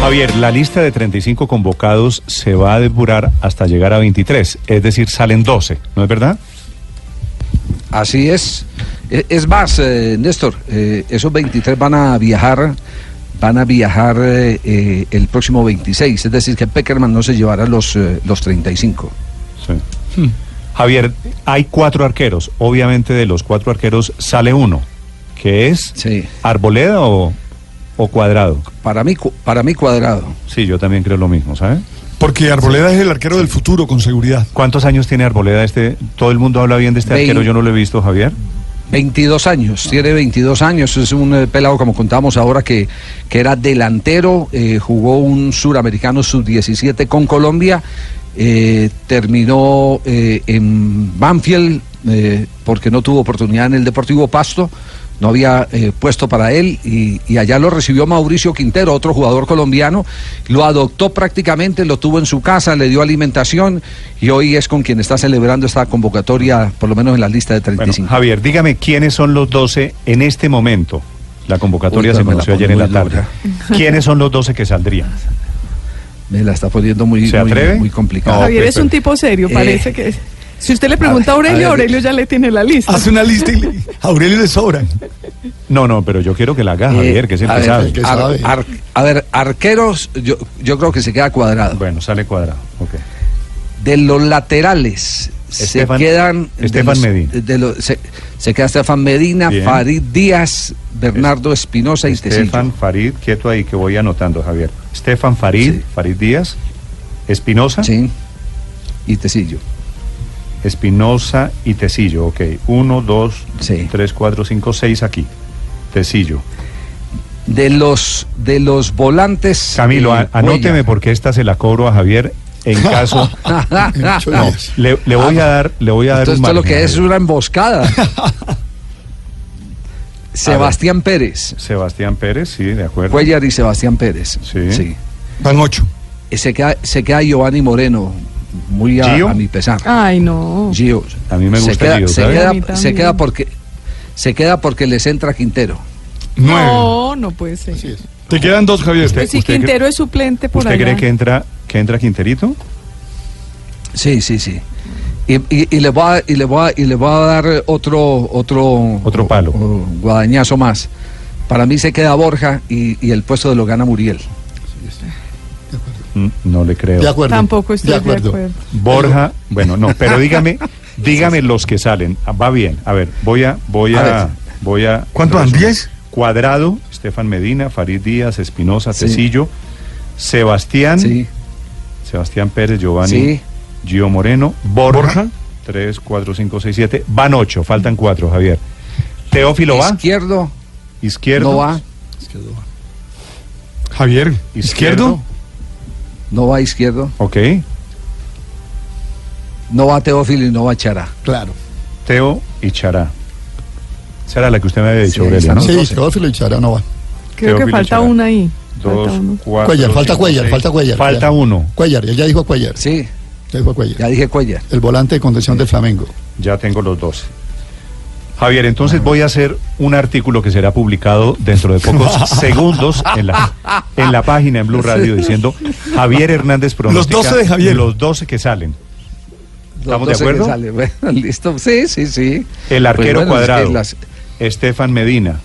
Javier, la lista de 35 convocados se va a depurar hasta llegar a 23, es decir, salen 12, ¿no es verdad? Así es. E- Es más, eh, Néstor, eh, esos 23 van a viajar, van a viajar eh, eh, el próximo 26, es decir, que Peckerman no se llevará los, eh, los 35. Sí. Javier, hay cuatro arqueros, obviamente de los cuatro arqueros sale uno, que es Sí. Arboleda o, o Cuadrado. Para mí, cu- para mí cuadrado. Sí, yo también creo lo mismo, ¿sabes? Porque Arboleda es el arquero del futuro, con seguridad. ¿Cuántos años tiene Arboleda? Este, todo el mundo habla bien de este Vein- arquero, yo no lo he visto, Javier. 22 años, tiene 22 años, es un eh, pelado como contábamos ahora que, que era delantero, eh, jugó un suramericano sub-17 con Colombia, eh, terminó eh, en Banfield eh, porque no tuvo oportunidad en el Deportivo Pasto, no había eh, puesto para él y, y allá lo recibió Mauricio Quintero, otro jugador colombiano, lo adoptó prácticamente, lo tuvo en su casa, le dio alimentación y hoy es con quien está celebrando esta convocatoria, por lo menos en la lista de Bueno, 35. Javier, dígame quiénes son los 12 en este momento. La convocatoria Uy, se pero me la conoció ayer en pone la muy tarde. ¿Quiénes son los 12 que saldrían? Me la está poniendo muy, ¿Se muy, atreve? muy complicada. No. Javier pe- es un pe- tipo serio, Ah, Eh, parece que... Si usted le pregunta a, a ver, Aurelio, a ver. Aurelio ya le tiene la lista. Hace una lista y le- a Aurelio le sobran. No, no, pero yo quiero que la haga, Eh, Javier, que a siempre ver, sabe. el que ar- sabe. ar- a ver, arqueros, yo, yo creo que se queda cuadrado. Bueno, sale cuadrado. ok. De los laterales Estefan- se quedan. de Estefan los- Medina. de los- se, se queda Estefan Medina, Bien. Farid Díaz, Bernardo Espinosa y Estefan Tecillo. Farid, quieto ahí que voy anotando, Javier. Estefan Farid, Sí. Farid Díaz, Espinosa, Sí. Y Tecillo. Espinosa y Tecillo. Ok, uno, dos, Sí. tres, cuatro, cinco, seis aquí. Tecillo. De los, de los volantes. Camilo, eh, a- anóteme Cuellar. porque esta se la cobro a Javier en caso. no, le, le voy a dar, le voy a dar Ah, Entonces, un esto lo margen, que es Javier. una emboscada. Sebastián Pérez. Sebastián Pérez, sí, de acuerdo. Cuellar y Sebastián Pérez. Sí. Van ocho. Eh, Se queda, se queda Giovanni Moreno, muy a, ¿Gio? a mi pesar. Ay, no. Gio. A mí me Se gusta queda- Gio, se ¿sabes? Ah. A mí queda, también. se queda porque se queda porque les entra Quintero. Nueve. No, no puede ser. Te quedan dos, Javier. Usted- Pues si ¿usted cre- Quintero es suplente por ¿Usted allá. cree que entra, que entra Quinterito? Sí, sí, sí. Y, y, y le va y le va y le va a dar eh, otro otro Otro palo. o- guadañazo más. Para mí se queda Borja y, y el puesto de lo gana Muriel. Mm, No le creo. acuerdo. Tampoco estoy de acuerdo. Borja, bueno, no, pero dígame, dígame los que salen. Ah, Va bien, a ver, voy a, voy A a, ver. voy a. ¿Cuántos van? resumir. ¿Diez? Cuadrado, Estefan Medina, Farid Díaz, Espinosa, Sí. Tecillo, Sebastián, Sí. Sebastián Pérez, Giovanni, Sí. Gio Moreno, Borja, tres, cuatro, cinco, seis, siete, van ocho, faltan cuatro, Javier. Teófilo va, Izquierdo izquierdo, no va, Javier. izquierdo, Izquierdo. no va izquierdo, ok, no va Teófilo y no va Chará. Claro. Teo y Chará. Esa era la que usted me había dicho, Sí, ahí Aurelio, están ¿no? los Sí, doce. Teófilo y Chará no va. Creo que Teófilo falta Chará. una ahí. Dos, Falta uno. cuatro, Cuellar, falta cinco, Cuellar, seis. falta Cuellar. Falta Ya. uno. Cuellar, él ya dijo a Cuellar. Sí, Ya dijo a Cuellar. ya dije Cuellar. El volante de contención del Flamengo. Ya tengo los dos. Javier, entonces voy a hacer un artículo que será publicado dentro de pocos segundos en la, en la página en Blue Radio diciendo Javier Hernández pronostica 12 de Javier. Los 12 que salen. ¿Estamos de Los doce que acuerdo? sale. Bueno, listo. Sí, sí, sí. El arquero Pues bueno, es que cuadrado. las- Estefan Medina.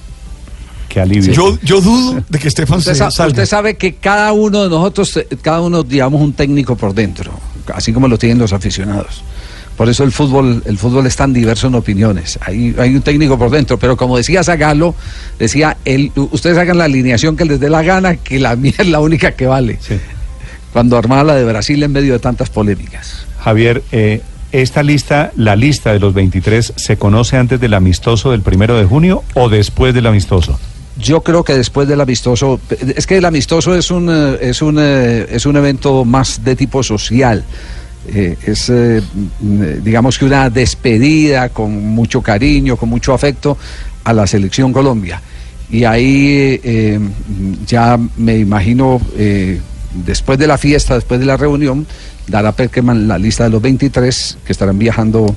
Qué alivio. Yo, yo dudo de que Estefan usted, se sa- salga. usted sabe que cada uno de nosotros, eh, cada uno digamos un técnico por dentro, así como lo tienen los aficionados. Por eso el fútbol, el fútbol es tan diverso en opiniones. Hay, hay un técnico por dentro, pero como decía Zagalo, decía, el, u- ustedes hagan la alineación que les dé la gana, que la mía es la única que vale. Sí. Cuando armaba la de Brasil en medio de tantas polémicas. Javier, eh, ¿esta lista, la lista de los 23, se conoce antes del amistoso del primero de junio o después del amistoso? Yo creo que después del amistoso, es que el amistoso es un, eh, es un, eh, es un evento más de tipo social. Eh, es, eh, mm, eh, digamos que una despedida con mucho cariño, con mucho afecto a la selección Colombia. Y ahí eh, mm, ya me imagino, eh, después de la fiesta, después de la reunión, dará Perkeman la lista de los 23 que estarán viajando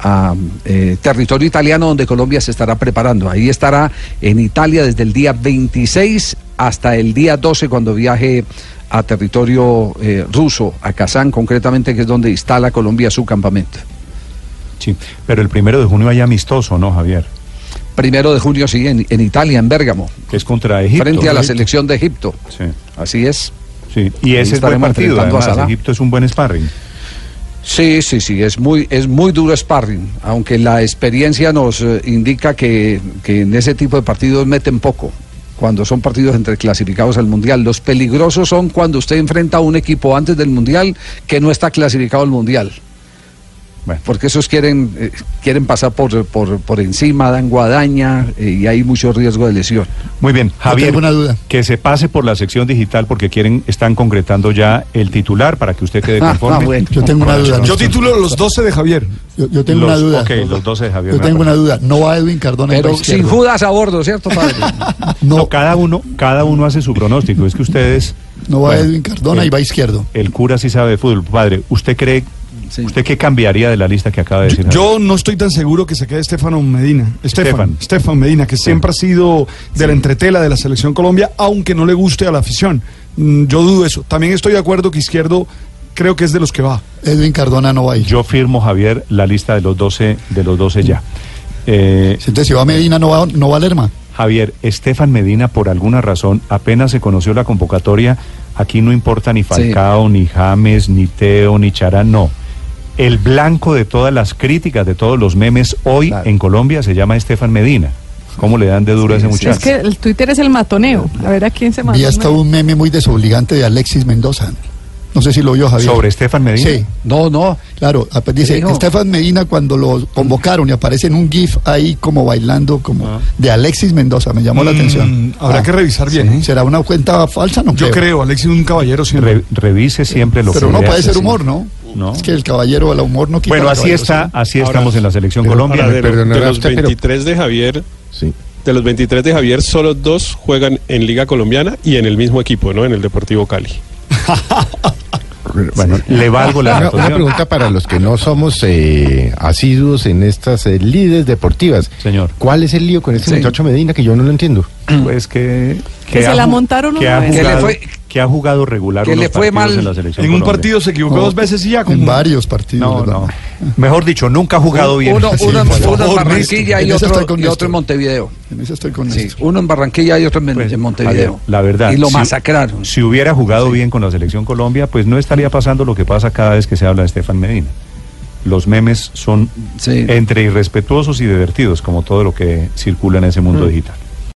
a eh, territorio italiano donde Colombia se estará preparando. Ahí estará en Italia desde el día 26 hasta el día 12 cuando viaje a territorio eh, ruso, a Kazán concretamente, que es donde instala Colombia su campamento. Sí, pero el primero de junio hay amistoso, ¿no, Javier? Primero de junio, sí, en, en Italia, en Bérgamo, Que es contra Egipto. frente a la Egipto. selección de Egipto. Sí, Así es. sí. Y Ahí ese es buen estaremos partido. enfrentando a además, Salah. Egipto es un buen sparring. Sí, sí, sí, es muy, es muy duro sparring, aunque la experiencia nos eh, indica que, que en ese tipo de partidos meten poco, cuando son partidos entre clasificados al Mundial. Los peligrosos son cuando usted enfrenta a un equipo antes del Mundial que no está clasificado al Mundial, Bueno, porque esos quieren, eh, quieren pasar por, por, por encima, dan guadaña eh, y hay mucho riesgo de lesión. muy bien, Javier. tengo una duda. Que se pase por la sección digital porque quieren, están concretando ya el titular para que usted quede Ah, conforme. ah, bueno. Yo tengo una duda. Yo titulo los 12 de Javier. Yo, yo tengo una Los- duda. ok, los 12 de Javier Yo tengo Nava. una duda. No va Edwin Cardona. en Pero sin la izquierda. Judas a bordo, ¿cierto, padre? No, No, cada uno, cada uno hace su pronóstico. Es que ustedes, no va bueno, Edwin Cardona eh, y va izquierdo. el cura sí sabe de fútbol. Padre, ¿usted cree, Sí. usted qué cambiaría de la lista que acaba de decir? Javier? Yo no estoy tan seguro que se quede Estefano Medina. Estefan. Estefan. Estefan Medina, que siempre ha sido de la entretela de la selección Colombia, aunque no le guste a la afición. Mm, Yo dudo eso. También estoy de acuerdo que Izquierdo creo que es de los que va. Edwin Cardona no va ahí. Yo firmo, Javier, la lista de los 12, de los 12 ya. Eh, Entonces, si va Medina, no va, no va Lerma. Javier, Estefan Medina, por alguna razón, apenas se conoció la convocatoria, aquí no importa ni Falcao, ni James, ni Teo, ni Chará, no. El blanco de todas las críticas, de todos los memes hoy Claro. en Colombia se llama Estefan Medina. ¿Cómo le dan de duro a ese Sí, sí, muchacho? Es que el Twitter es el matoneo. A ver a quién se Vi matona. hasta un meme muy desobligante de Alexis Mendoza. No sé si lo vio Javier. ¿Sobre Estefan Medina? Sí. No, no. Claro, ap- dice dijo? Estefan Medina cuando lo convocaron y aparece en un GIF ahí como bailando como de Alexis Mendoza, me llamó Ah. la Mm, atención. Habrá Ah, que revisar bien. ¿eh? ¿Será una cuenta falsa? No Yo creo, Alexis, un caballero siempre. Re- revise siempre lo Pero que no le puede hace, ser sí. humor, ¿no? No. Es que el caballero al humor no quita Bueno, al así caballero, está, ¿sí? así Ahora, estamos en la selección Pero, Colombia. ahora, de, los- perdonará de los usted, pero- 23 de Javier, Sí. de los 23 de Javier, solo dos juegan en Liga Colombiana y en el mismo equipo, ¿no? En el Deportivo Cali. Bueno, le valgo la Una, una anotación. pregunta para los que no somos eh, asiduos en estas eh, líderes deportivas. Señor. ¿Cuál es el lío con este Sí. muchacho Medina que yo no lo entiendo? Pues que, Que se ha la ju- montaron que una ha vez. Que le jugado, fue- que ha jugado regular que unos le fue partidos mal en, la selección En un Colombia. partido se equivocó dos veces y ya. Como... En varios partidos. No, ¿verdad? no. Mejor dicho, nunca ha jugado bien. Uno, Sí, uno en- por uno favor. en Néstor. Barranquilla y En esa estoy otro, con y otro Néstor. en Montevideo. En eso estoy con Sí, Néstor. uno en Barranquilla y otro en, Mon- Pues, en Javier, Montevideo. La verdad. Y lo si- masacraron. Si hubiera jugado bien con la selección Colombia, pues no estaría pasando lo que pasa cada vez que se habla de Estefan Medina. Los memes son Sí. Mm. entre irrespetuosos y divertidos, como todo lo que circula en ese mundo digital.